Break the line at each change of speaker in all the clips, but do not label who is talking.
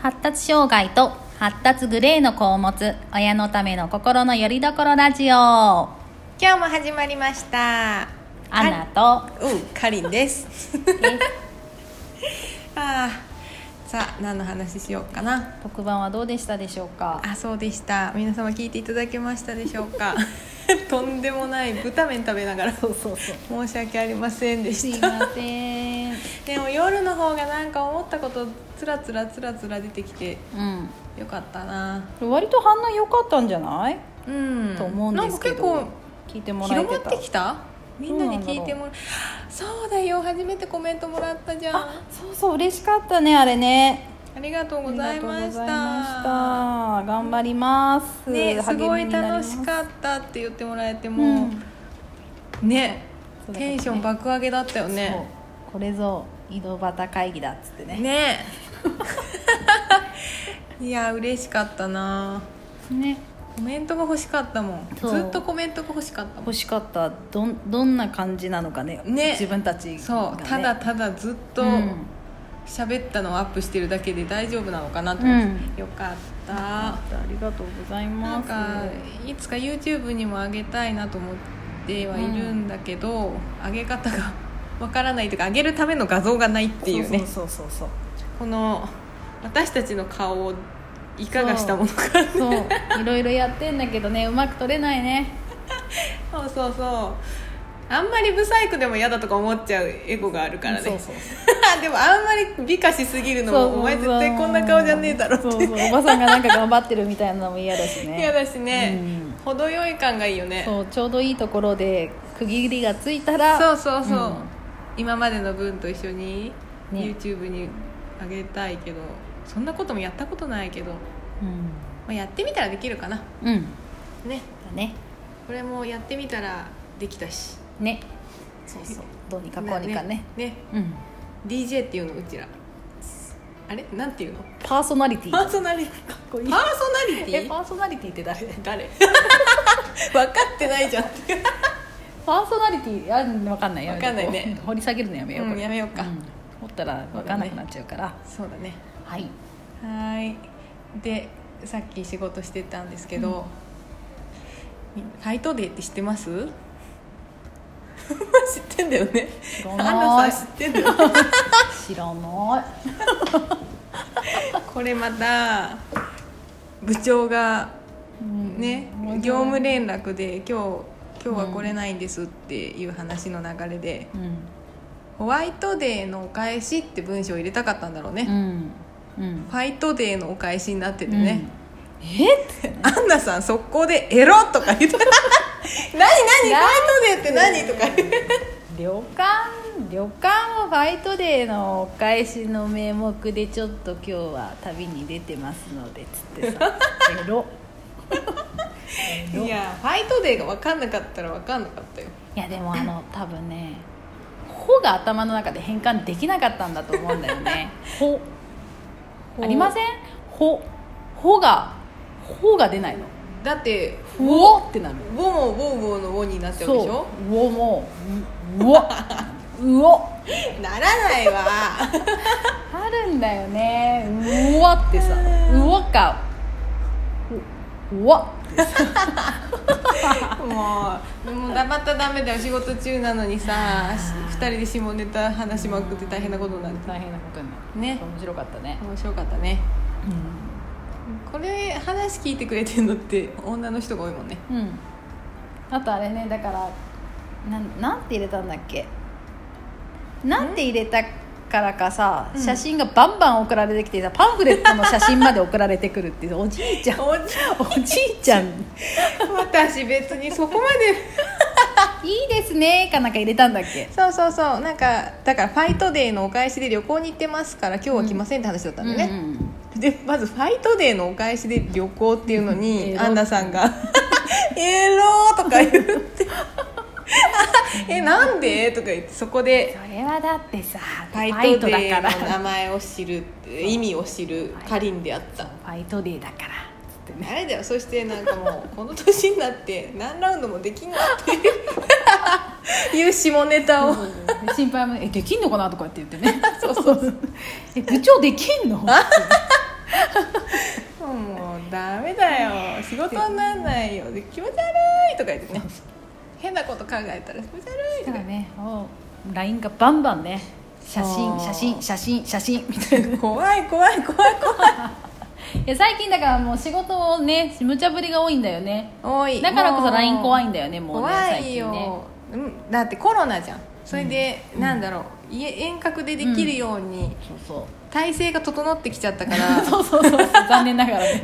発達障害と発達グレーの子を持つ親のための心のよりどころラジオア
今日も始まりました
ナと
うんかりんです あーさあ何の話しようかな
特番はどうでしたでしょうか
あそうでした皆様聞いていただけましたでしょうか とんでもない豚麺食べながら
そうそうそう
申し訳ありませんですし
い
た
ませんうん
でも夜の方がなんか思ったことつらつらつらつら出てきてよかったな
割と反応良かったんじゃない、
うん
と思うんですけど
なんか
聞いても
結構
らえ
広
て
まったてきたみんなに聞いてもらうそうだよ初めてコメントもらったじゃん
あそうそう嬉しかったねあれね
ありがとうございました。
ありがとうございました頑張ります
ね、すご
励み
い
になりま
楽
す
しかったって言ってもらえて
う
も
ん、
ね
そうだけどね
テンション爆上げだったよね
そうこれぞ井戸端会議だっつってね
ねいや嬉しかったな
ね
コメントが欲しかったもん
そう
ずっとコメントが欲しかったも
欲しかったどんどんな感じなのかね
ね
自分たちが、ね、
んそうただただずっと
うん
喋ったのをアップしてるだけで大丈夫なのかなと
う
思って、
ん
よかった
ありがとうござい
な
ま
ん
す
かいつか YouTube にも上げたいなと思ってはいるんだけど、上げ方が わからないというか上げるための画像がないっていうね
そうそうそう
この私たちの顔をいかがしたものか
そうそうそういろいろやってんだけどねうまく撮れないね
そうそうそうあんまりブサイクでも嫌だとか思っちゃうエゴがあるからね
そうそう
でもあんまり美化しすぎるの
そう
もお前絶対こんな顔じゃねえだろ
そう
っ
そうお
て
ばさんがなんか頑張ってるみたいなのも嫌だしね
嫌だしね、程よい感がいいよね
そうちょうどいいところで区切りがついたら
そうそうそう、
ん
今までの分と一緒に
ね
YouTube にあげたいけど、そんなこともやったことないけど、まあ、やってみたらできるかな
うん、うん、
ね
だね
これもやってみたらできたし
ねそうそうどうにかこうにかね
ね
うん、
DJ っていうのうちらあれなんていうの
パーソナリティ
パーソナリティ
こいい
パーソナリ テ
え
ィ
パーソナリティって誰
誰 分かってないじゃんって
パーソナリティあ分かんないやめとこう
わかんないね
掘り下げるのやめよう、
うん
これ
やめようか
掘ったら分かんなくなっちゃうから
そうだね
はい
はーいでさっき仕事してたんですけど、みファイトデーって 知ってます知ってんだよね
知ら
アン
ない
ナさん知ってんだよね
知らない
これまた部長が
うん
ね、
うん
業務連絡で今日今日は来れないんですっていう話の流れで、
うん
ホワイトデーのお返しって文章を入れたかったんだろう
う
ね、
んうん
ファイトデーのお返しになっててね、
えっ
アンナさん速攻で「エロ!」とか言って「何何
なん
ファイトデーって何?」とか言って
旅館旅館をファイトデーのお返しの名目でちょっと今日は旅に出てますのでつってさエ ロ
いやファイトデーが分かんなかったら分かんなかったよ
いやでもあの多分ね「ほ」が頭の中で変換できなかったんだと思うんだよ ね「ほ」
ほ
ありません「ほ」「ほ」が「ほ」が出ないの
だって
「うお」ってなる
「ウォもウォウォのウォになっちゃうでしょ
う「うお」もう「うお」「うお」
ならないわ
あるんだよねうわってさうわかううわ
もうもうだまたダメだよ仕事中なのにさ2人で下ネタ話しまくって大変なことになって
大変なことになる
ね
面白かったね、
面白かったねこれ話聞いてくれてるのって女の人が多いもんね
うん、あとあれねだからなんなんて入れたんだっけなんて入れたからかさ写真がバンバン送られてきてさパンフレットの写真まで送られてくるっていうおじいちゃんおじいちゃんい
私別にそこまで
いですねかなんか入れたんだっけ
そうそうそうなんかだからファイトデーのお返しで旅行に行ってますから今日は来ませんって話だったんで
うん
ね、
うんうん
でまずファイトデーのお返しで旅行っていうの
うんエ
に
ロ
アンナさんが 「エロー」とか言って 「えなんで?」とか言ってそこで
それはだってさ
フ
フ
ァ
ァ
イ
イ
ト
トだ
デ
か
ー
ら
の名前を知る意味を知るかりんであった
ファイトデーだからつってね
あれだよそしてなんかもうこの年になって何ラウンドもできんなっていういう下ネタを
で心 配も「えできんのかな?」とかって言ってねそうそうそう「え部長できんの?」
もうダメだよ仕事にならないよで気持ち悪いとか言ってね変なこと考えたら気持ち悪い
だから
とか言っ
ねもう LINE がバンバンね写
あ
真
ー
写真写真写真みたいな
て 怖い怖い怖い怖い
いや最近だからもう仕事をね無茶ぶりが多いんだよね
多い
だからこそ LINE 怖いん
よ
だよねもうね
怖
最
い
近ね
よ、うん、だってコロナじゃんそれで、なんだろう家遠隔でできるように
そうそう
体制が整ってきちゃったか ら、
そうそうそうそう残念ながらね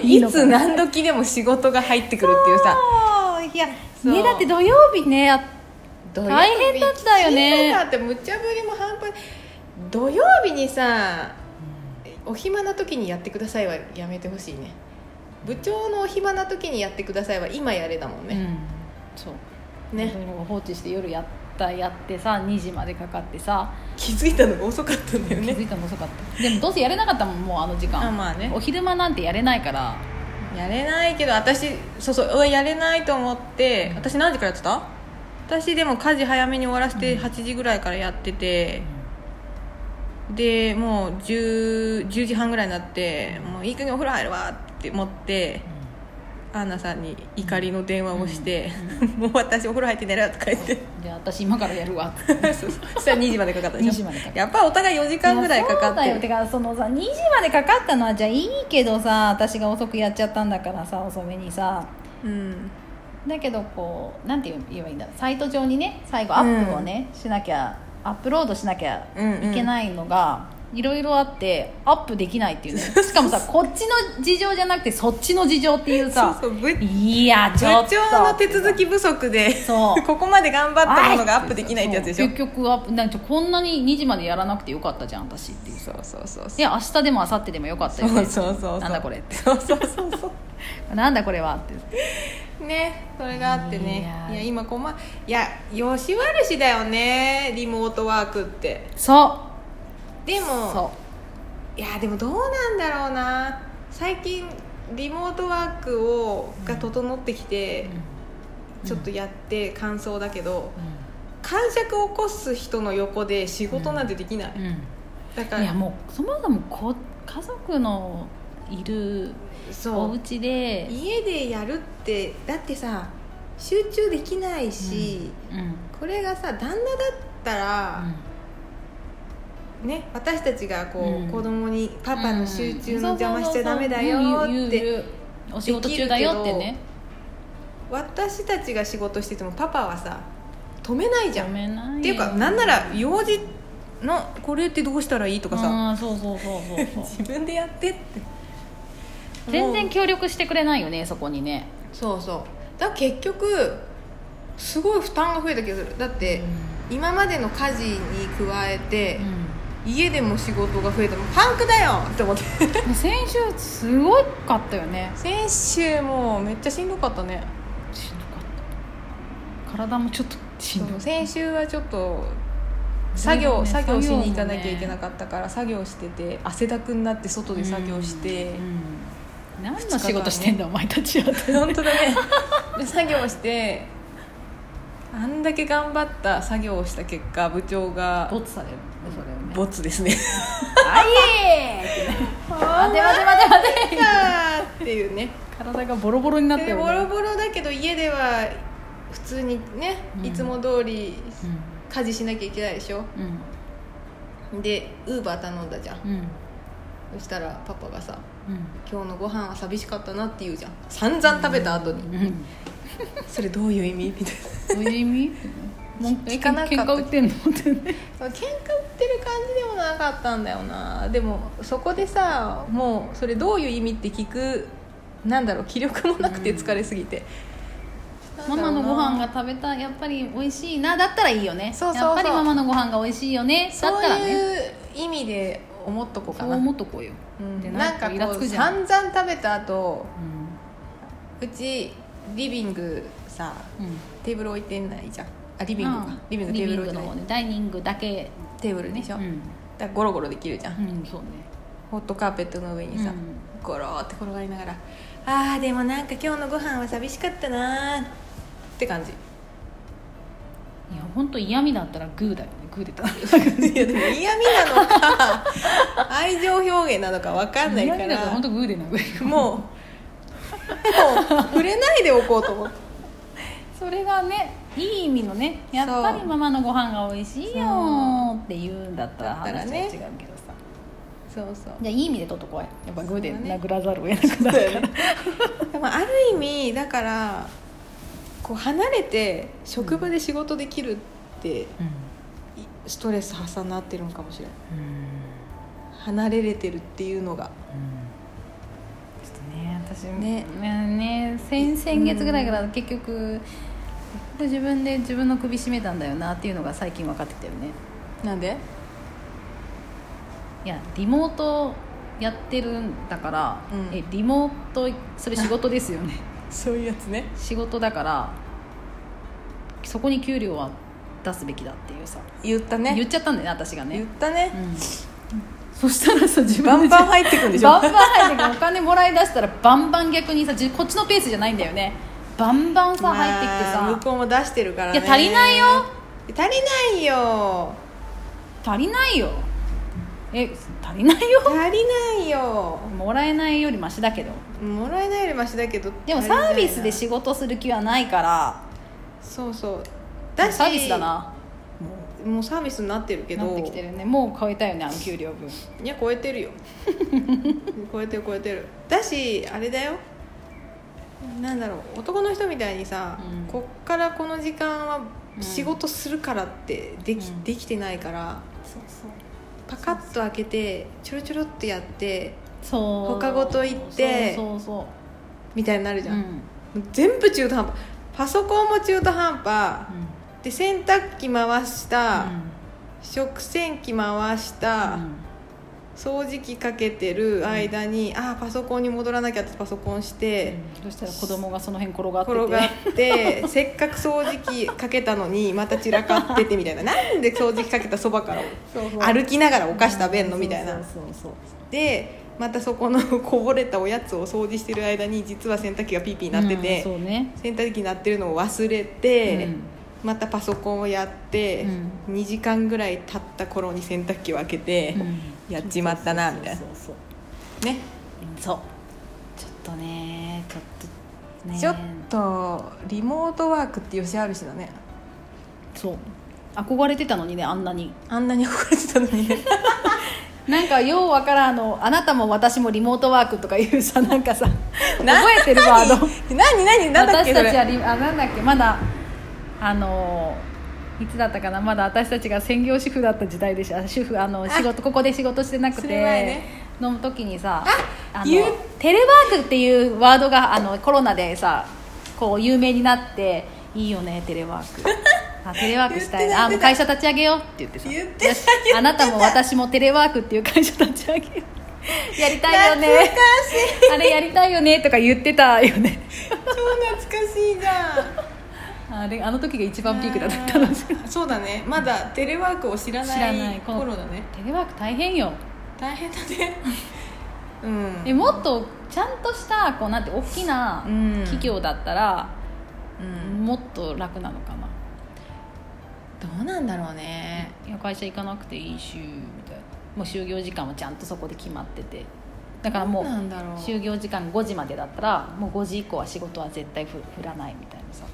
いい
い
の
つ
かな
何時でも仕事が入ってくるっていうさ
いや
そう
ねだって土曜日ねあ大変だったよね
だって無茶ぶりも半端ない土曜日にさお暇な時にやってくださいはやめてほしいね部長のお暇な時にやってくださいは今やれだもん
う
ね、
んそう
ね
ね放置して夜やったやってさ2時までかかってさ
気づいたのが遅かったんだよ
気づ
ね
いたの遅かったでもどうせやれなかったもんもうあの時間
あまあね
お昼間なんてやれないから
やれないけど私そうそううわやれないと思って私何時からやってた私でも家事早めに終わらせて8時ぐらいからやってて、でもう 10, 10時半ぐらいになってもういい加減お風呂入るわって思ってアンナさんに怒りの電話をして「 もう私お風呂入って寝る」とか言って
じゃあ私今からやるわ
そうそうそしたら2時までかかったで
2
し
時
ょ
までかかった
やっぱお互い4時間ぐらいかか
そう
っ
だ
て
よてかそのさ2時までかかったのはじゃあいいけどさ私が遅くやっちゃったんだからさ遅めにさ
うん
だけどこうなんて言えばいいんだろうサイト上にね最後アップをね、しなきゃアップロードしなきゃ
うんうん
いけないのが、いろいろあってアップできないっていうねしかもさこっちの事情じゃなくてそっちの事情っていうさ
そうそう部
いや
部
ちょっと
長の手続き不足で
そう
ここまで頑張ったものがアップできないってやつでしょ
そう結局アップなんかこんなに2時までやらなくてよかったじゃん私っていう
そうそうそう
い
そう
や明日でも明後日でもよかったよ
そう
ね
そうそう
なんだこれって
そうそうそうそう
なんだこれはって
ねそれがあってね
い
い
や
や
ー
今こまいやよし悪しだよねリモートワークって
そ
で
う
も
そ
いやでもどうなんだろうな最近リモートワークをが整ってきて
う、、
ちょっとやって感想だけど感触を起こす人の横で仕事なんてできない、
うん
だか
うん、いや
ら
もうそもそもこ家族のいるお
そう
家で
家でやるってだってさ集中できないし、
うんうん
これがさ旦那だったら、ね私たちがこう、
うん
子供にパパの集中の邪魔しちゃダメだ
うん
よ
そうそうそう言う言
っ
う
て
言うお仕事中だよってね
私たちが仕事しててもパパはさ止めないじゃ
や
ん
めないよ
っていうかなんなら用事のこれってどうしたらいいとかさ
うんそうそうそうそう そう
自分でやってって
全然
もう
協力してくれないよねそこにね
そうそうだから結局すごい負担が増えた気がするだって、今までの家事に加えて、
う
家でも仕事が増えたもうパンクだよって思って
ん先週すごいかったよね
先週もうめっちゃしんどかったね
しんどかった体もちょっとしんどい
先週はちょっと作業、
ね
作業しに行
作業
か
もね
なきゃいけなかったから作業してて汗だくになって外で作業して、
うん何の仕事してんだお前たちはって
本当だねで作業してあんだけ頑張った作業をした結果部長が
ボツされるんだそれをね
ボツです ね
はいってね待て待て待て待て
あーっていうね
体がボロボロになって
で
る
ボロボロだけど家では普通にね
うん
いつも通り
う
家事しなきゃいけないでしょ
んうん
でウーバー頼んだじゃん
うん
そしたらパパがさ
うん
「今日のご飯は寂しかったな」って言うじゃん散々食べた後に
うん
「 それどういう意味?」みたい
どういう意味もう
聞かなかった
喧嘩売ってんのってね
な喧嘩売ってる感じでもなかったんだよなでもそこでさもう「それどういう意味?」って聞くなんだろう気力もなくて疲れすぎて、
ママのご飯
が
が食べたやっぱり美味しいなだったらいいよね
そうそうそう
やっぱりママのご飯が美味しいよねだ
そ
っ
う
たらね
いう意味で思っとこう
そ
か
う
な
思っとこうよで
なんか
イラ
こ
つ
う
くじゃん
散々食べた後
うん
うちリビングさ
うん
テーブル置いてないじゃんあリビングか、
うん
リビングテーブル置いて
リビングの
な
方
い
ねダイニングだけ
テーブルでしょ、
う
だか
ん
らゴロゴロできるじゃん、
うんそうね
ホットカーペットの上にさ、
うん
ゴローって転がりながらあー でもなんか今日のご飯は寂しかったなーって感じ
いや本当嫌味だったらグーだよねグーでた
いやでも嫌味なのか愛情表現なのか分かんない
嫌
か
味だったら
ら
本当グーで殴るよ
もうもう触れないでおこうと思って
それがねいい意味のねやっぱり
そう
ママのご飯が美味しいよーって言うんだったら
だったら
話は違
ね
うけどさ、
そうそう
じゃあいい意味で取っとこうややっぱグーで
そうだね
殴らざるを得なくなるから、
でもある意味だからこう離れて職場で仕事できるっていストレス発散になってるのかもしれない離れれてるっていうのが
ちょっとね私
ね
ねね先先月ぐらいから結局自分で自分の首絞めたんだよなっていうのが最近分かってきたよね
なんで
いやリモートやってるんだから、
うん
えリモートそれ仕事ですよね
そういうやつね
仕事だからそこに給料は出すべきだっていうさ、
言ったね
言っちゃったんだよね私がね
言ったね
うんそしたらさ自
バ
分で
ンバン入ってくんでしょ
バンバン入ってくるお金もらい出したらバンバン逆にさじこっちのペースじゃないんだよねバンバンさ入ってきてさ、
まあ向こうも出してるから
い
ね
や足りないよ
足りないよ
足りないよえ足りないよ
足りないよ
もらえないよりマシだけど
もらえないよりマシだけど
でも
足りない
サ
な
ービスで仕事する気はないから
そうそうだし
サービスだな
もうサービスになってるけど
なってきてるねもう超えたよねあの給料分
いや超 えてるよ超えてる超えてるだしあれだよなんだろう男の人みたいにさ、
うん
こっからこの時間は
うん
仕事するからってでき,、
うん
できてないから
そうそう
パカッと開けてちょろちょろっとやって
そう
他ごと行って
そうそう
みたいになるじ
そう
ゃ、
うんん
全部中途半端パソコンも中途半端
うん
で洗濯機回し
う
た、
ん
食洗機回した、掃除機かけてる間に、ああパソコンに戻らなきゃってパソコンし
う
て、
んそしたら子供がその辺転がってて
転がってせっかく掃除機かけたのにまた散らかっててみたいななんで掃除機かけたそばから
そうそう
歩きながらお菓子食べんのみたいな
そうそうそうそう
でまたそこの こぼれたおやつを掃除してる間に実は洗濯機がピーピーなって
うん
て、
そうね
洗濯機になってるのを忘れて、
うん
またパソコンをやって、2時間ぐらい経った頃に洗濯機を開けて、やっちまったなみたいな
そうそうそう
ね
そうちょっとねちょっとね
ちょっとリモートワークってよしあるしだね
そう憧れてたのにねあんなに
あんなに憧れてたの にね
なんかようわからんあのあなたも私もリモートワークとかいうさなんかさ覚えてるワード
何何何だっ
私
けそ
たちは
れ
リあなんだっけまだあのいつだったかなまだ私たちが専業主婦だった時代でした主婦あの仕事ここで仕事してなく
す
て、
る前ね
の時にさあの
言う
テレワークっていうワードがあのコロナでさこう有名になっていいよねテレワ ークあテレワークしたい
言ってた
あもう会社立ち上げようって言ってさ
言ってた
よしあなたも私もテレワークっていう会社立ち上げようやりたいよね
懐かしい
あれやりたいよねとか言ってたよね
超懐かしいじゃ
あれあの時が一番
ん
ピークだったの知
んそうだねまだテレワークを知ら
らな
ないい
この
頃だね
テレワーク大変よ
大変だね うん
えもっとちゃんとしたこうなんて大きな
うん
企業だったら、
うん
もっと楽なのかな
どうなんだろうね
いや会社行かなくていいしみたいなもう就業時間もちゃんとそこで決まっててだからも
ど
う
うなんだろう
就業時間5時までだったらもう5時以降は仕事は絶対ふ振らないみたいなさ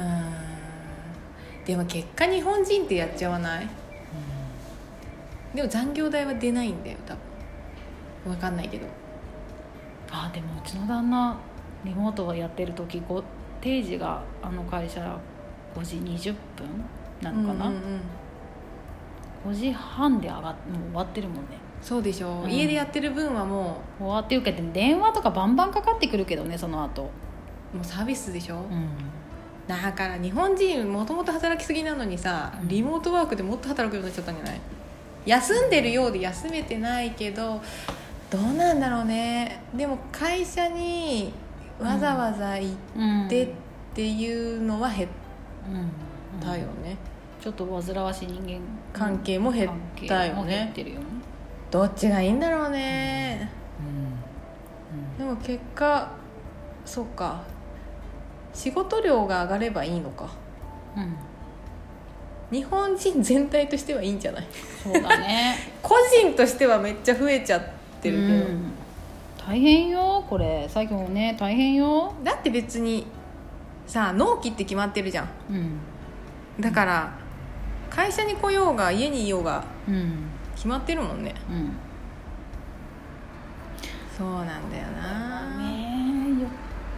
うんでも結果日本人ってやっちゃわない、でも残業代は出ないんだよ多分わかんないけど
あでもうちの旦那リモートをやってる時ご定時があの会社5時20分なのかな、
うんうんうん
5時半で上がっもう終わってるもんね
そうでしょ、
う
うん家でやってる分はも
終わってるけど電話とかバンバンかかってくるけどねその後
うもうサービスでしょ、
うん
だから日本人もともと働きすぎなのにさ
うん
リモートワークでもっと働くようになっちゃったんじゃない休んでるようで休めてないけどどうなんだろうねでも会社にわざわざ行
うん
ってっていうのは減っ
うん
たよね、
ちょっと煩わしい人間
関係も減ったよ
関係
ね
も減ってるよね
どっちがいいんだろうねでも結果そうか仕事量が上がればいいのか
うん、うん
日本人全体としてはいいんじゃない
そうだ ね
個人としてはめっちゃ増えちゃってるけど、
うん大変よこれ作業ね大変よ
だって別にさ納期って決まってるじゃん
うん
だから会社に来ようが家にいようが
うん
決まってるもんね
うん
そうなんだよな
ねえ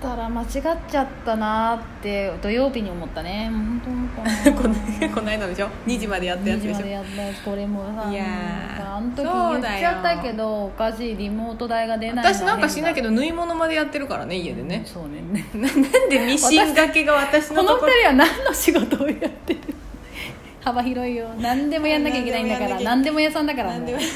言ったら間違っちゃったなって土曜日に思ったねもう本当に
このこの間でしょ2時までやったやつで
2時
し
まで
ょ
やったやつこれもさ
いや
なん
ー
かあの時
そう
言
だ
っ
よ
ちゃったけどおかしいリモート代が出ないのは
私なんかしないけ
ど
ど縫い物までやってるからね家でね
そうね
ななんでミシンだけが私
こ
の
の
とこ
二
ろ
人は何の仕事をやってる幅広いよ何でもやんなきゃいけないんだから何
何
でも屋さんだから
何で
もう
も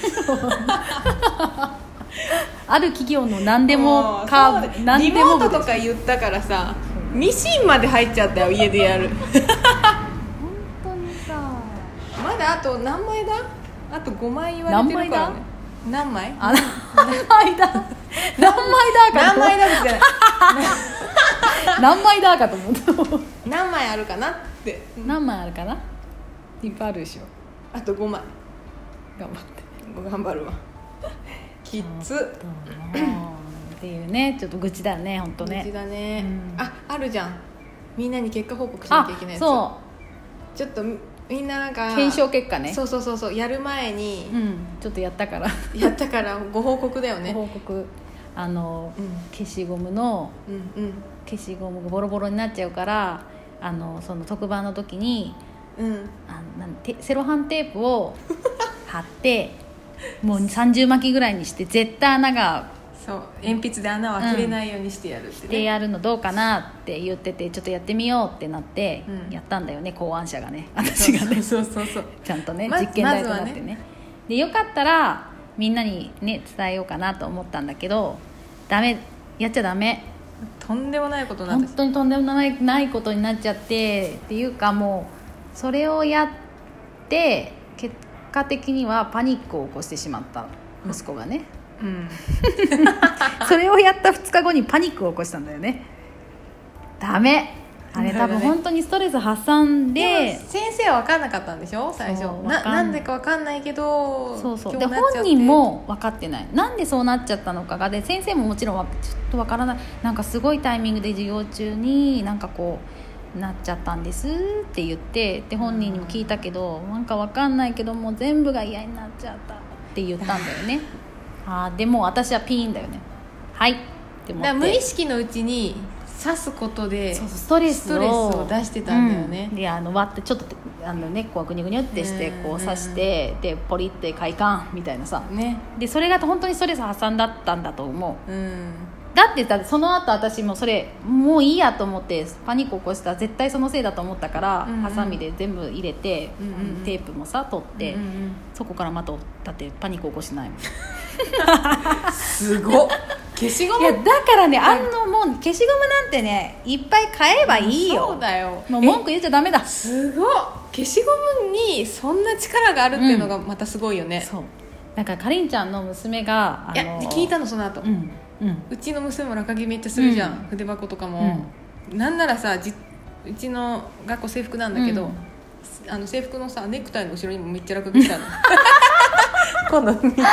ある企業の何でもカ
そう
ー
だ
ブ
よ
何
リ
で
モ
も
ートとか言ったからさミシンまで入っちゃったよ家でやる
本当にさ
まだあと何枚だあと5枚言われてるからね何枚
あ 何枚だ何枚だかと
何
思っ
枚だって
た 何枚だかと思った
何枚あるかなって
何枚あるかな？いっぱいあるでしょ。
あと5枚
頑張って。
頑張るわキッズ
っていうね、ちょっと愚痴だね、本当
うち
ね。
だ
う
ね、
ん
ああるじゃんみんなに結果報告しな
あ
きゃいけない、やつ
そ
ちょっとみんななん
う、
か
検証結果ね。
そうそうそうそうやる前に
うん、ちょっとやったから。
やったからご報告だよね
報告あの
うん
消しゴムの
うんうん
消しゴムがボロボロになっちゃうから、あのその特番の時に
うん
あなんてセロハンテープを貼って、もう三十巻きぐらいにして絶対穴が
そう鉛筆で穴は切れないようにしてやるって
で
ね、
やるのどうかなって言っててちょっとやってみようってなって
うん
やったんだよね、考案者がね私がね
そうそうそう
ちゃんとね、
まず
実験台となっ
まずは
て
ね
ねでよかったらみんなにね伝えようかなと思ったんだけどダメやっちゃダメ
とんでもないことなん
本
です
当にとんでもないないことになっちゃってっていうかもうそれをやって結果的にはパニックを起こしてしまった息子がね、
うん
それをやった2日後にパニックを起こしたんだよねダメあれ多
ダメ
分
だね
本当にストレス発散で
でも先生は分かんなかったんでしょ最初
そう分
な
かんない
なんでか分かんないけど
そうそう
今
で
日なっち
本
ゃって
人も分かってないなんでそうなっちゃったのかがで先生ももちろんわちょっと分からないなんかすごいタイミングで授業中になんかこうなっちゃったんですって言ってで本人にも聞いたけど、なんか分かんないけどもう全部が嫌になっちゃったって言ったんだよ ねあーでも私はピーンだよねはいって思
だ
っ
から
て
無意識のうちに刺すことで
そうそうストレスを
ストレスを出してたんだよね
うんであの割ってちょっとあのねこうグニュグニュってして
うん
こう刺してでポリって快感みたいなさ
ね
でそれが本当にストレス発散だったんだと思う
うん
だってだってその後私もそれもういいやと思ってパニック起こした絶対そのせいだと思ったから、
うんうん
ハサミで全部入れて、
うんうんうん
テープもさ取って、
うんうん
そこからまただってパニック起こしてないもん
すごっ 消しゴ
い
ム
やだからねあのもう消しゴムなんてねいっぱい買えばいいよ、
そうだよ
もう文句言っちゃダメだ
えすごっ消しゴムにそんな力があるっていうのがまたすごいよね、
そうだからかりんちゃんの娘があの
いやで聞いたのその後、
う
うん
うん
ちの娘も落書きめっちゃするじゃ
う
ん、筆箱とかも、なんならさじうちの学校制服なんだけど、
うん
あの制服のさネクタイの後ろにもめっちゃ落書きしたの 今度な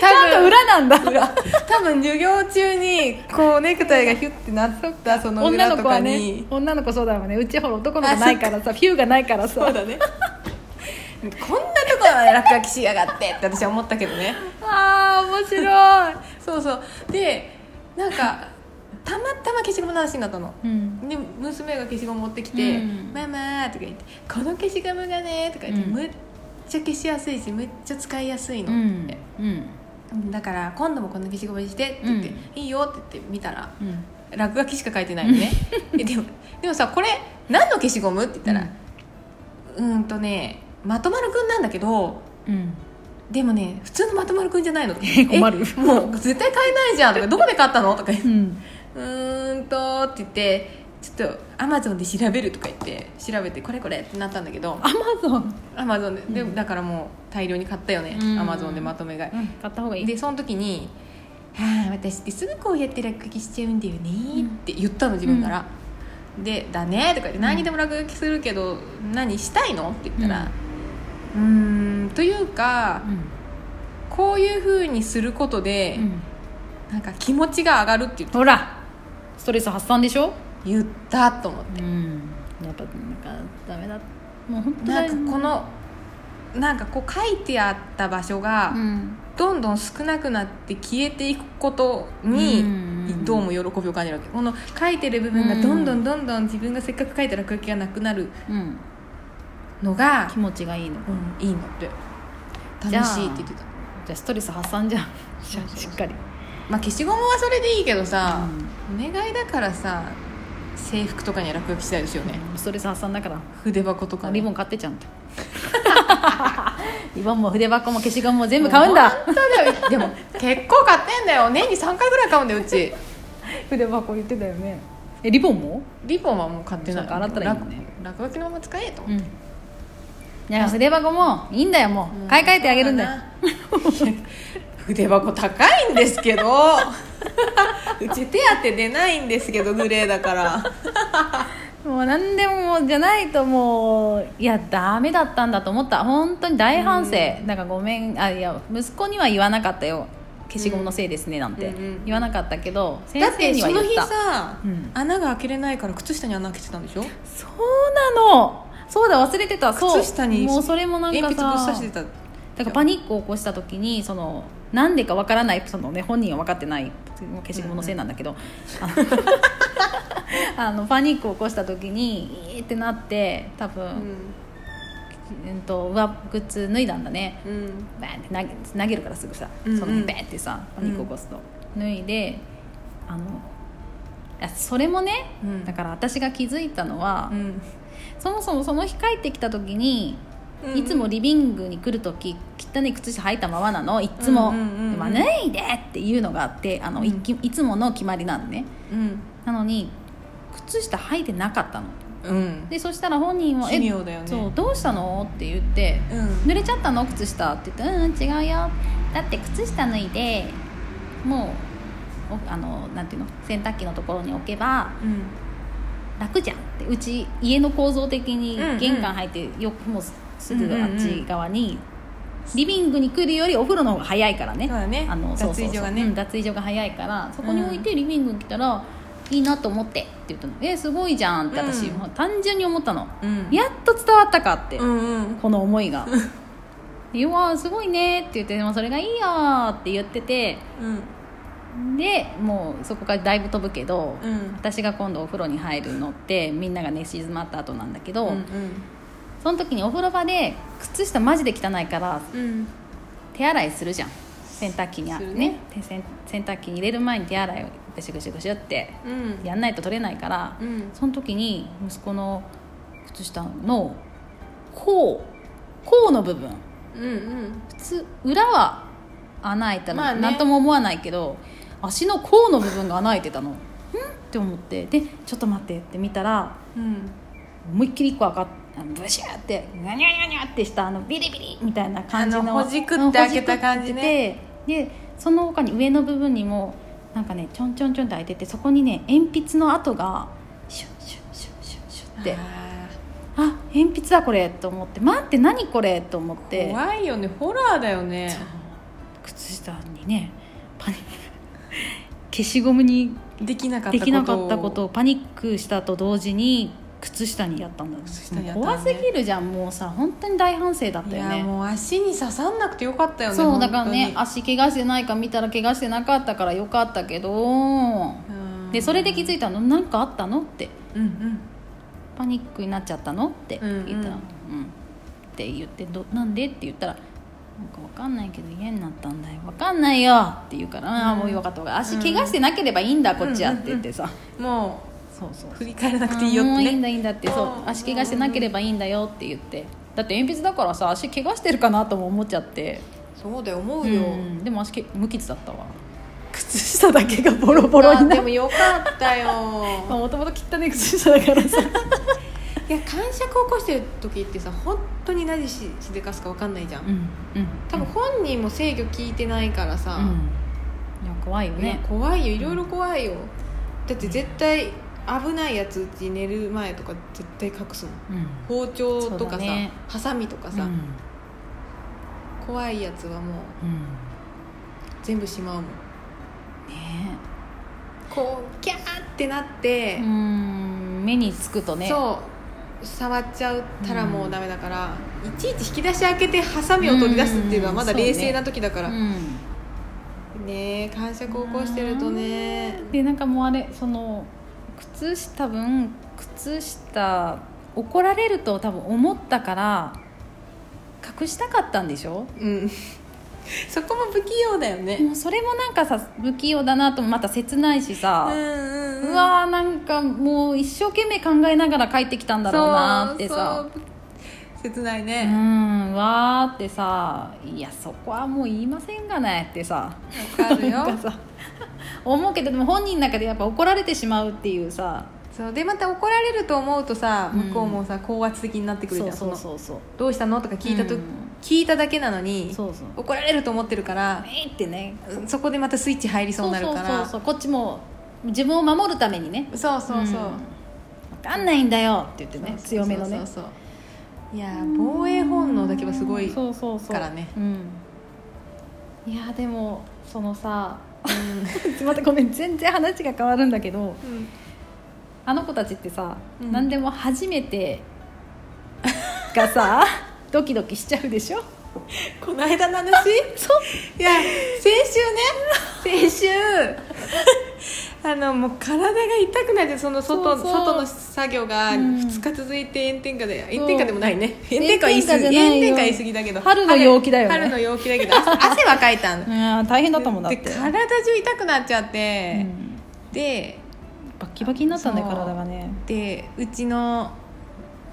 ちゃんと裏なんだ
多分授業中にこうネクタイがヒュッてなったその
女
裏
の
と
子は
か
ね
に
女の子そうだろうねうちほら男の子ないからさフィューがないから
そう
さ
だねこんなところまで落書きしやがってって私は思ったけどね
あー面白い
そうそうでなんかたまたま消しゴムの話になったの
うん
で娘が消しゴム持ってきて「
うん
ママ」とか言って「この消しゴムがね」とか言って、
うん
むっちゃ消しやすいしむっちゃ使いやすいの
う
っ
ん
て、
うん
だから今度もこの消しゴムにしてって言って「いいよ」って言って見たら
うん
落書きしか書いてないのね えでもでもさこれ何の消しゴムって言ったら「うーんとねまとまるくんなんだけど
うん
でもね普通のまとまるくんじゃないの」
え困る
えもう絶対買えないじゃん」とか「どこで買ったの?」とか言って
うん
「うーんと」って言ってちょっとアマゾンで調べるとか言って調べて「これこれ」ってなったんだけど
アマゾン
アマゾンででだからもう大量に買ったよね
うん
アマゾンでまとめ買い
買った方がいい
でその時に「はあ私ってすぐこうやって落書きしちゃうんだよね」って言ったの自分から、で「だね」とか言って「何にでも落書きするけど、何したいの?」って言ったら「うーん」というか、こういうふうにすることで、なんか気持ちが上がるって
ほらストレス発散でしょ
言ったと思って、
うんやっぱなんかダメだもう本当
な
だ
んかこのなんかこう書いてあった場所が、
うん
どんどん少なくなって消えていくことに
うん
どうも喜びを感じるわけこの書いてる部分がどんどんどんどん自分がせっかく書いた落書きがなくなる
うん
のが
気、持ちがいいの
うん、いいのって
じゃあ
楽しいって言ってた
じゃあストレス発散じゃん
そうそうそう
しっかり
まあ消しゴムはそれでいいけどさ、お願いだからさ制服とかには落書きしたいですよね
ストレス発散だから
筆箱とかね
リボン買ってちゃんと リボンも筆箱も消しゴムも全部買うんだ
本当だよでも結構買ってんだよ年に3回ぐらい買うんだようち
筆箱言ってたよねえリボンも
リボンはもう買ってない
そうか洗ったらいいのね
落落書きのまま使えと思って
うんいや筆箱もいいんだよもう、買い替えてあげるんだよ
そうだな筆箱高いんですけど うち手当て出ないんですけどグレーだから
もう何でももうじゃないともういやダメだったんだと思った本当に大反省、なんかごめんあいや息子には言わなかったよ消しゴムのせいですねなんて、
うんうん
言わなかったけど先
だっ
生
て
には
そ
言
の
っ
日
た
さ、
うん
穴が開けれないから靴下に穴開けてたんでしょ
そうなのそうだ忘れてたそう
靴下に
もうそれもなんか
鉛筆ぶっ
さ
刺してた
だからパニックを起こした時にそのなんでかわからないその、ね、本人は分かってない消しゴムのせいなんだけど、あの あのパニックを起こした時にいーってなって多分、
う
うんと上靴脱いだんだね
ん、うん、
バーンって投げ投げるからすぐさ、
うんうん
そのバーンってさパニック起こすと、脱いであのあそれもね、
うん
だから私が気づいたのは、
うん
そもそもその日帰ってきた時に、
うん
いつもリビングに来る時汚い靴下履いたままなのいつも「
うんうんうんうん
でも脱いで!」っていうのがあってあの、いきいつもの決まりなのね
うん
なのに靴下履いてなかったの
うん
でそしたら本人は
奇妙だよね
そうどうしたの?」って言って
うん
濡れちゃったの靴下って言って「うんうん違うよだって靴下脱いでもうおあのなんていうの洗濯機のところに置けば
うん
楽じゃんってうち家の構造的に
うんうん
玄関入ってよくもうすぐ
うんうんうん
あっち側にリビングに来るよりお風呂の方が早いからね
そうだね
あのそうそうそう
脱衣所がね
うん脱衣所が早いからそこに置いてリビングに来たら、いいなと思ってって言ったの「えすごいじゃん」って私、
うん
もう単純に思ったの、
うん
やっと伝わったかって、
うんうん
この思いが「でうわすごいね」って言って「でもそれがいいよ」って言ってて
うん
でもうそこからだいぶ飛ぶけど、
うん
私が今度お風呂に入るのってみんなが寝静まった後なんだけど、
うん
その時にお風呂場で靴下マジで汚いから
うん
手洗いするじゃん洗濯機にあ
する
ね
ね
手洗洗濯機に入れる前に手洗いをぐしゅぐしゅぐしゅって
うん
やんないと取れないから、
うん
その時に息子の靴下の甲甲の部分
うんうん
普通裏は穴開いたの、
まあね
なんとも思わないけど足の甲の部分が穴開いてたのんって思ってでちょっと待ってって見たら
うん
思いっきり一個上がっあのブシューってニャニャニャニャってしたあのビリビリみたいな感じの
あのほじくって開けた感じね
ほじくっててでその他に上の部分にもなんかねちょんちょんちょんって開いててそこにね鉛筆の跡がシュッシュッシュッシュッシュッって
あ
あ鉛筆だこれと思って待って何これと思っ
ー
て
怖いよねホラーだよね
靴下にねパニック消しゴムに
できなかった
で
こ
き
とを
なかったことをパニックしたと同時に靴下にやったんだ
靴下にやったのね
怖すぎるじゃんもうさ本当に大反省だった
い
よ
や
ね
もう足に刺さんなくてよかったよね
そうだからね
本
足怪我してないか見たら怪我してなかったからよかったけど、
当にうん
でそれで気づいたの何かあったのって
うんうん
パニックになっちゃったのって言ったら、うんって言ってどなんでって言ったらなんかわかんないけど家になったんだよわかんないよって言うから、ああもう分かった分かった足怪我してなければいいんだ、こっちはって言ってさ、
も
そうそう
う振り返らなくていいよっ
ああもうい
て
いん
ね
だいいんだってそう
うん
足怪我してなければいいんだよって言ってだって鉛筆だからさ足怪我してるかなとも思っちゃって
そうだよ思うよ
うんでも足け無傷だったわ靴下だけがボロボロ
あ
にな
で
る
もよかっ たよ
もともと汚い靴下だからさ
いや感触を起こしてる時ってさ本当に何ししでかすか分かんないじゃん、
ん うん
多分本人も制御聞いてないからさ、
うんいや怖いよ
いや
ね
怖いよいろいろ怖いよだって絶対危ないやつうち寝る前とか絶対隠すの
うん
包丁とか
そうだ
さ、
ね
ハサミとかさ、怖いやつはもう
うん
全部しまうもん
ね
こうキャーってなって
う、ん目につくとね
そう触っちゃったらもうダメだから、いちいち引き出し開けてハサミを取り出すっていうのはまだ
うんうんうん
冷静な時だから、
うん
ねえ感触を起こしてるとね
でなんかもうあれその靴下多分靴下怒られると多分思ったから隠したかったんでしょ
うん そこも不器用だよね
もうそれもなんかさ不器用だなともまた切ないし
うん
さ、
うん
う
うん
わーなんかもう一生懸命考えながら帰ってきたんだろうなーってさ
そうそう切ないうね
んわーってさいやそこはもう言いませんがねってさ
わかるよ
なんかさ思うけどでも本人の中でやっぱ怒られてしまうっていうさ
そうでまた怒られると思うとさ
うん
向こうもさ高圧的になってくるじ
そ
ゃ
うんそう
その
そうそう
どうしたのとか聞いたと、
うん
聞いただけなのに
そうそう
怒られると思ってるから
えーってね
うんそこでまたスイッチ入りそうになるから
そうそうそうこっちも自分を守るためにね
そうそうそう
うんわかんないんだよって言ってね強めのね
そうそうそういやー防衛本能だけはすごい
そうそうそう
からね
うんいやでもそのさ またごめん全然話が変わるんだけど
うん
あの子たちってさ、
うん
何でも初めてが さドキドキしちゃうでしょ
この間の話そういや先週ね先週あのもう体が痛くなってその外
そうそう
外の作業が
うん
2日続いて炎天下で、
う
炎天下でもない ね炎天下は言い過
炎天下
ぎ
じゃ
炎
ないよ
天下は言い過ぎだけど
春の陽気だよね
春の陽気だ けど汗汗はかいたん
うん大変だったもんだって
で体中痛くなっちゃって、
うん
で
バッキバキになったんだよ
そう
体がね
でうちの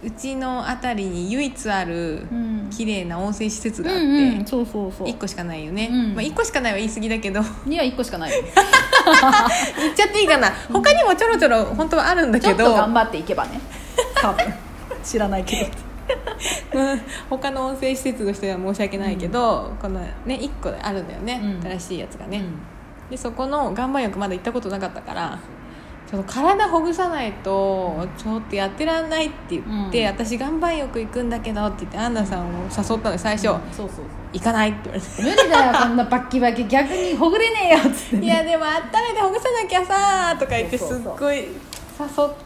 うちの辺りに唯一ある
うん
綺麗な温泉施設があって、
うんうん、そうそうそう
1個しかないよね、
うん
まあ、1個しかないは言い過ぎだけど
には1個しかないよ
言っちゃっていいかな他にもちょろちょろ本当はあるんだ
ちょ
け
っと
ど
頑張って いけばね多分 知らないけど
うん 他の温泉施設の人には申し訳ないけど、このね1個あるんだよね、
うん
新しいやつがね、でそこの岩盤浴まだ行ったことなかったからちょっと体ほぐさないとちょっとやってらんないって言って、
うん
私岩盤浴行くんだけどって言ってアンナさんを誘ったの最初、
そうそうそう
行かないって言わ れ
無
て
理だよこんなバッキバキ逆にほぐれねえよっつって
い
ね
やでもあっためてほぐさなきゃさーとか言って
そう
す
そ
っ
うそう
ごい誘っ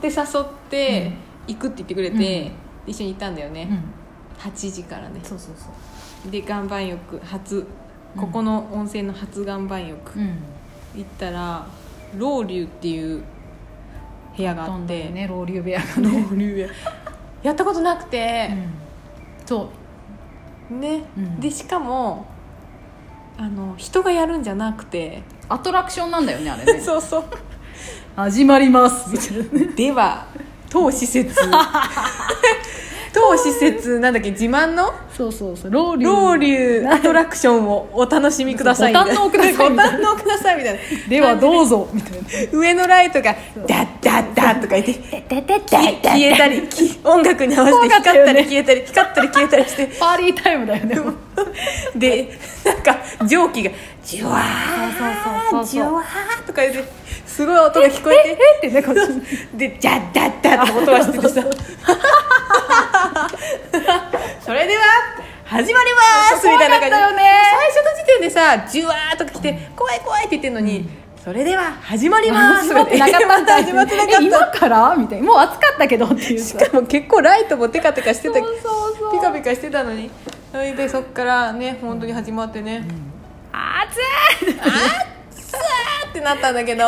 て誘って行くって言ってくれて、一緒に行ったんだよ
う
ね、
ん
8時からね
そうそうそう
で岩盤浴初
うん
ここの温泉の初岩盤浴、
うん
行ったら老龍っていう部屋があ
ん
っ
だよ
て
ね老流部屋が
老
ね、
流ややったことなくて、
そ
ね、
うん
でしかもあの人がやるんじゃなくて、
うアトラクションなんだよねあ れね
そうそう
始まりますみたいなね
では当施設当施設なんだっけ自慢の
そうそうそう老流
ロウリュアトラクションをお楽しみくださいみたいな
ご堪能くださいみ
ご
たいな
堪能くださいみたいな
ではどうぞみたいな
上のライトがダッダッダッとか言って
「 てててて
消えたりき音楽に合わせて光ったり消えたり光ったり消えたりして
パーリータイムだよね
でなんか蒸気がジュ
そ
ワ
うそうそうそ
ー
う
ジュワーとか言ってすごい音が聞こえて
ってねこっちに
で、ジャッダッダッと音がしててさ。それでは、始まりますみたいな感じ。
怖かったよね
最初の時点でさ、ジュワーとか来て、怖い怖いって言ってるのに、それでは、始まります
始まってなかったんだよね
始まってなか
え
っ
今からみたいなもう暑かったけどっていうさ
た。しかも結構ライトもテカテカしてた。
そうそうそう
ピカピカしてたのに。それで、そっからね、本当に始まってね。
暑い
さーってなったんだ けど、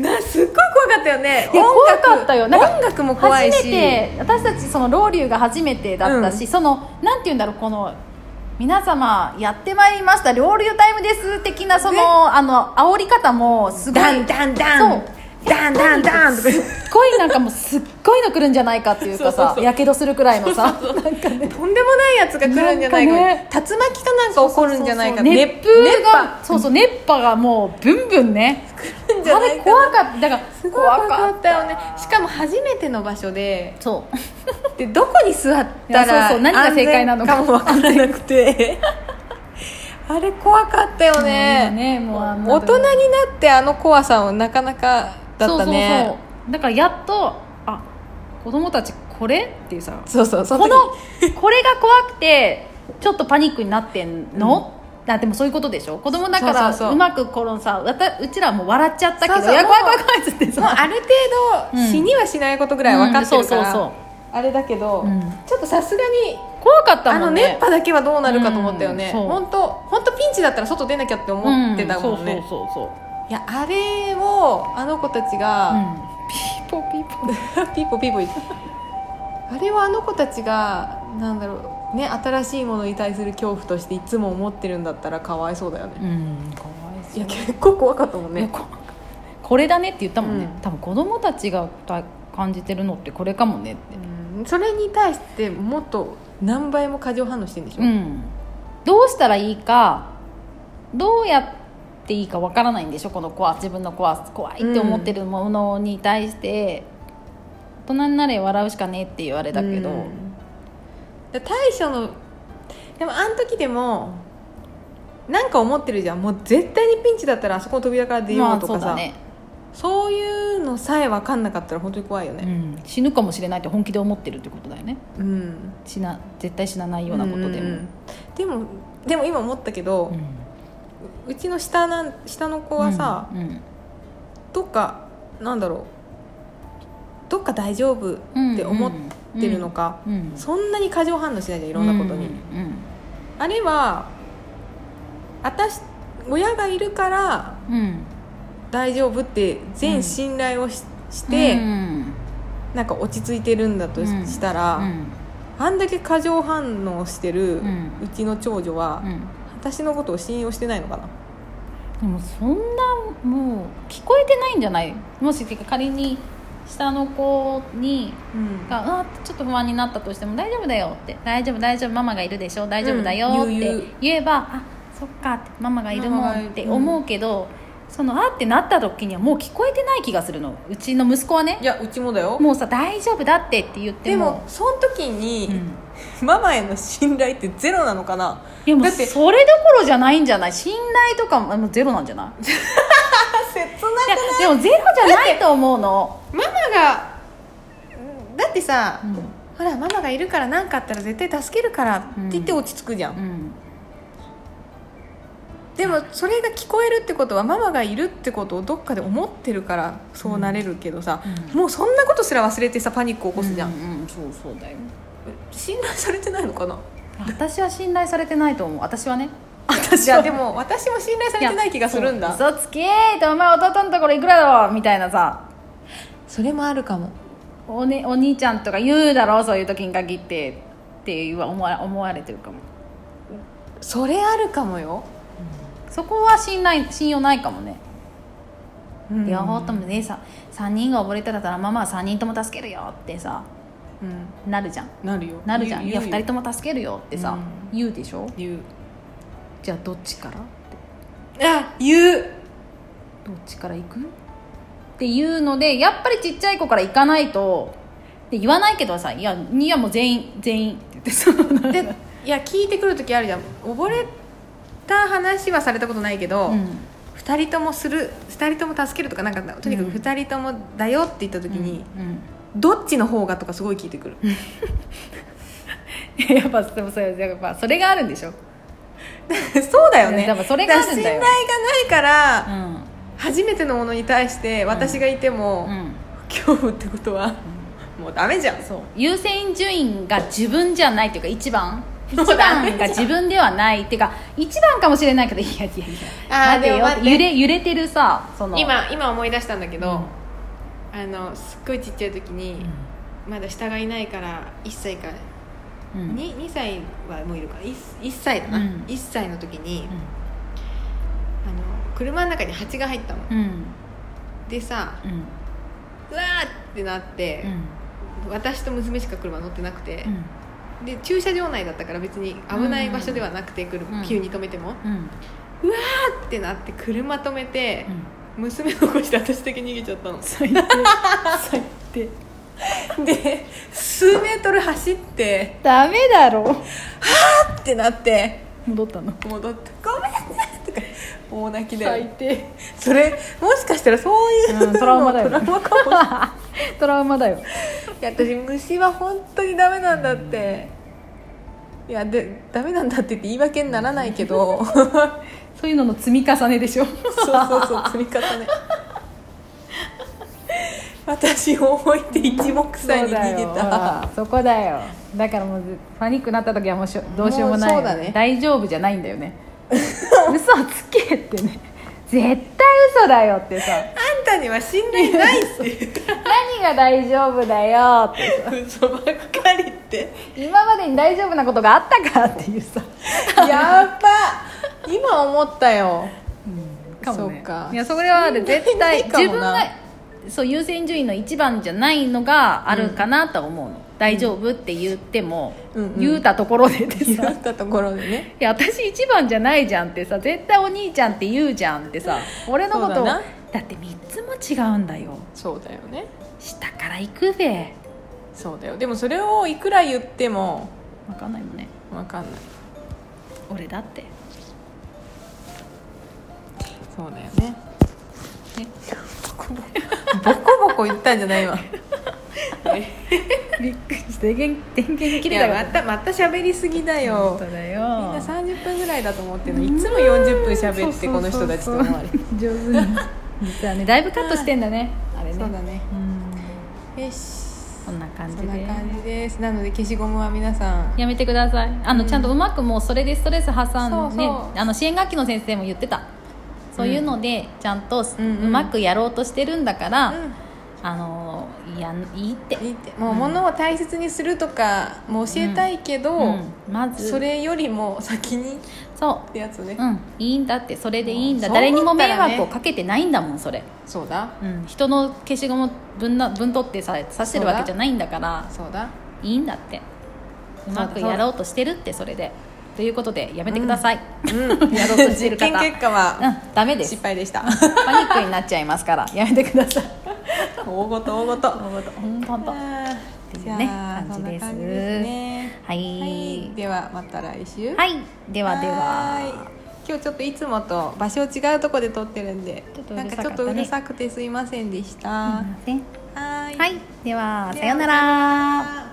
なすっごい怖かったよね。
いや
音楽
怖かったよなんか
音楽も怖いし。
初めて私たちそのロウリュが初めてだったし、
う
そのなんて言うんだろうこの皆様やってまいりましたロウリュタイムです的なそ
ね
のあの煽り方もすごい
ダンダンダ
そ
ン
う
ダンダンダンとか言っ
すっごいなんかもうすっごいの来るんじゃないかっていうか
そうそう
さ
そう
やけどするくらいのさなんか
てとんでもないやつが来るんじゃないか
なんかね
竜巻かなんか起こるんじゃないか
熱
熱
風
熱波
がそうそう熱波がもうブンブンね
来るんじゃ
あ
ない
れ
か
怖かっただから
すごい怖かったよねしかも初めての場所で
そう
でどこに座った
いや
ら
そうそう何が正解なのか
安全も分からなくてあれ怖かったよね
うん今ねもうあんな
大人になってあの怖さをなかなか
そう
だった
そう
ね
そうだからやっとあ子供たちこれっていうさ
そうそうそ
こ
の時
のこれが怖くてちょっとパニックになってんの、だでもそういうことでしょ子供だか
そう
ら
そうそう
うまくこのさわたうちらも笑っちゃったけど
そうそう
いや
もう
怖い怖い怖いっつって
もう
さ
ある程
うん
度死にはしないことぐらい分かってるか
うんそうそう
ら
そ
あれだけど、
うん
ちょっとさすがに
怖かった
あ
も
の
んね
熱波だけはどうなるかと思ったよね、
うんそう
本当本当ピンチだったら外出なきゃって思ってたもんね、
うんそうそうそう
いやあれをあの子たちが、
そう、
ピーポーピーポー ピーポーピーポー言ってあれはあの子たちがなんだろうね新しいものに対する恐怖としていつも思ってるんだったらかわいそうだよね、
うんうん、かわい
いや結構怖かったもん
いや
ね
ここれだねって言ったもんね、
うん
多分子供たちが感じてるのってこれかもねって
うんそれに対してもっと何倍も過剰反応してるんでしょ、
うん、どうしたらいいかどうやっていいかわからないんでしょこの怖自分の怖怖いって思ってるものに対して、大人になれ笑うしかねえって言われたけど、
うんで対処のでもあの時でもなんか思ってるじゃんもう絶対にピンチだったらあそこの扉から出よ
ま
う
あ
と
そ
か
う
さ、
だね、
そういうのさえ分かんなかったら本当に怖いよ
う
ね
ん、死ぬかもしれないって本気で思ってるってことだよね
うん
死な絶対死なないようなことでも、
うんうんうんでもでも今思ったけど、
う
うんちの下なん下の子はさ、
うん
どっかなんだろうどっか大丈夫って思ってるのか、
うんうん
そんなに過剰反応しないじゃんいろんなことに、
うんうん
あれは私親がいるから
うんうん
大丈夫って全信頼をし,、て、
うん
なんか落ち着いてるんだとし
うん
したら、
うん
あんだけ過剰反応して
う
る
ん
うちの長女は、
うん
私のことを信用してないのかな
でもそんなもう聞こえてないんじゃないもしてか仮に下の子に
うん
がうわちょっと不安になったとしても大丈夫だよって大丈夫大丈夫ママがいるでしょ大丈夫だよっ
うん言う言う
て言えば、あそっかってママがいるも
ママがい
ん
る
って思うけど、そのあってなった時にはもう聞こえてない気がするのうちの息子はね
いやうちもだよ
もうさ大丈夫だってって言って
でも
も
その時に、
うん
ママへの信頼ってゼロなのかない
やもう
だって
それどころじゃないんじゃない信頼とかももうゼロなんじゃない
切ない
いやでもゼロじゃないと思うの、
ママがうんだってさ、
うん
ほらママがいるから何かあったら絶対助けるからって言って落ち着くじゃん、
うん、
でもそれが聞こえるってことはママがいるってことをどっかで思ってるからそうなれるけどさ、もうそんなことすら忘れてさパニック起こすじゃん、
うんうん、そうそうだよ
信頼されてないのかな
私は信頼されてないと思う私はね
私はでも私も信頼さ
さ
れてない気がするんだ
嘘つけーってお前弟のところいくらだろみたいなさ
それもあるかも
お,、ね、お兄ちゃんとか言うだろそういう時に限ってっていうは思わ思われてるかも
それあるかもよ、
そこは信頼信用ないかもね
うん
両方ともねさ3人が溺れてたらママは3人とも助けるよってさ
うん
なるじゃん
なるよ
なるじゃんいや2人
と
とも助けるよってさ、
う
言うでしょ
言う
じゃあどっちから
あ言う
どっちから行くっていうのでやっぱりちっちゃい子から行かないとで言わないけどさ「いやいやもう全員全員」って言ってさ
でいや聞いてくる時あるじゃん溺れた話はされたことないけど、
うん
二人ともする二人とも助けるとかなんかとにかく二人ともだよって言った時に、
うん
どっちの方がとかすごい聞いてくる、
やっぱでもそれやっぱそれがあるんでしょ、
そうだよね
だからそれがあるんだよ
から信頼がないから、
ん
初めてのものに対して私がいても、
うん、
恐怖ってことは、もうダメじゃん
そう優先順位が自分じゃないっていうか一番一
そうだね
番が自分ではないっていうか一番かもしれないけどいやいやい
あ
や
ー
待て
で
よ
も待って
揺れ揺れてるさその
今今思い出したんだけど、あのすっごいちっちゃい時に、まだ下がいないから1歳か、
うん
に 2, 歳はもういるから 1, 歳だな、
うん
1歳の時に、あの車の中に蜂が入ったの
うんうん
でさ
うん
うわーってなって
う、ん
私と娘しか車乗ってなくて
う、ん
で駐車場内だったから別に危ない場所ではなくて、くる
うん
急に止めても、うわ
うん
ーってなって車止めて
う、ん
娘残して私だけ逃げちゃったの
最低最低
で数メートル走って
ダメだろ
ってなって
戻ったの
戻って「ごめんなさい」とか大泣きだ
最
よ
低
それもしかしたらそういう
うんトラウマだよ
のトラウマかもしれない
トラウマだよ
いや私虫は本当にダメなんだっていやでダメなんだって言って言い訳にならないけどそう
そういうのの積み重ねでしょ
そうそう積み重ね私を置いて一目散に逃
そ
げ
うだよほ
た
らそこだよだからもうずパニックになった時はもうしょどうしようもない
もうそうだね
大丈夫じゃないんだよ ね嘘をつけってね絶対嘘だよってさ
あんたには信頼ないって
何が大丈夫だよって
嘘ばっかりって
今までに大丈夫なことがあったかっていう さ
やば今思ったよそうか
いやそれは絶対
信
自
頼
分
かもな
がそう優先順位の一番じゃないのがあるかなとは思うの、大丈夫って言っても、
うんうん
言うたところでって
言
さ
ったところでね
いや私一番じゃないじゃんってさ絶対お兄ちゃんって言うじゃんってさ俺のこと
そ
を
うだ
だ
な
って3つも違うんだよ
そうだよね
下から行くべ
そうだよでもそれをいくら言っても
分かんないもんね
分かんない
俺だって
そうだよね。ボコボコ言ったんじゃない今。
びっくりして電源電源切
い
れた
や
か
ま
ら
たまた喋りすぎだよ。
本当だ
みん
よ
な三十分ぐらいだと思ってるの。いつも四十分喋ってこの人たちと思われる。
上手に 実はねだいぶカットしてんだねあれね
そうだね。
うん
よし。
こんな感じ
そ
で
んな感じです。なので消しゴムは皆さん。
やめてくださいあの、ちゃんとうまくもうそれでストレス破
そう
産
そう
ねあの支援学級の先生も言ってたそういうので、ちゃんとすう
うんうん
まくやろうとしてるんだから、
う
あのやんいいって
ん。いいってもう物を大切にするとかも教えたいけど、
うんまず
それよりも先にっ
そ
てやつね。
ううんいいんだってそれでいいんだ、
そう
誰にも迷
そう思ったらね
惑をかけてないんだもんそれ、
そうだ。
うん、人の消しゴム分な分取ってささしてるわけじゃないんだから
そうだ。
いいんだってう
うだ
まくやろうとしてるってそれでということでやめてください、
う
や
ん。
ろうとしてる
実験
方
結果
う
は
んダメです
失敗でした。
パニックになっちゃいますからやめてください
大ごと大ごと。大ごと。
本当本当は
あーじゃあ、
ね
そんな
感じ
感
で
じ
す
ですね。
い、
はい、ではまた来週。
はい、ではで
ー。
はい
今日ちょっといつもと場所違うとこで撮ってるんで
ちょっ、とう
なん
るさ
かち
か
ょ
ったね
っとうるさくてすいませんでした。は
すいません
ーい。
はい、では
では
さようなら。
ら。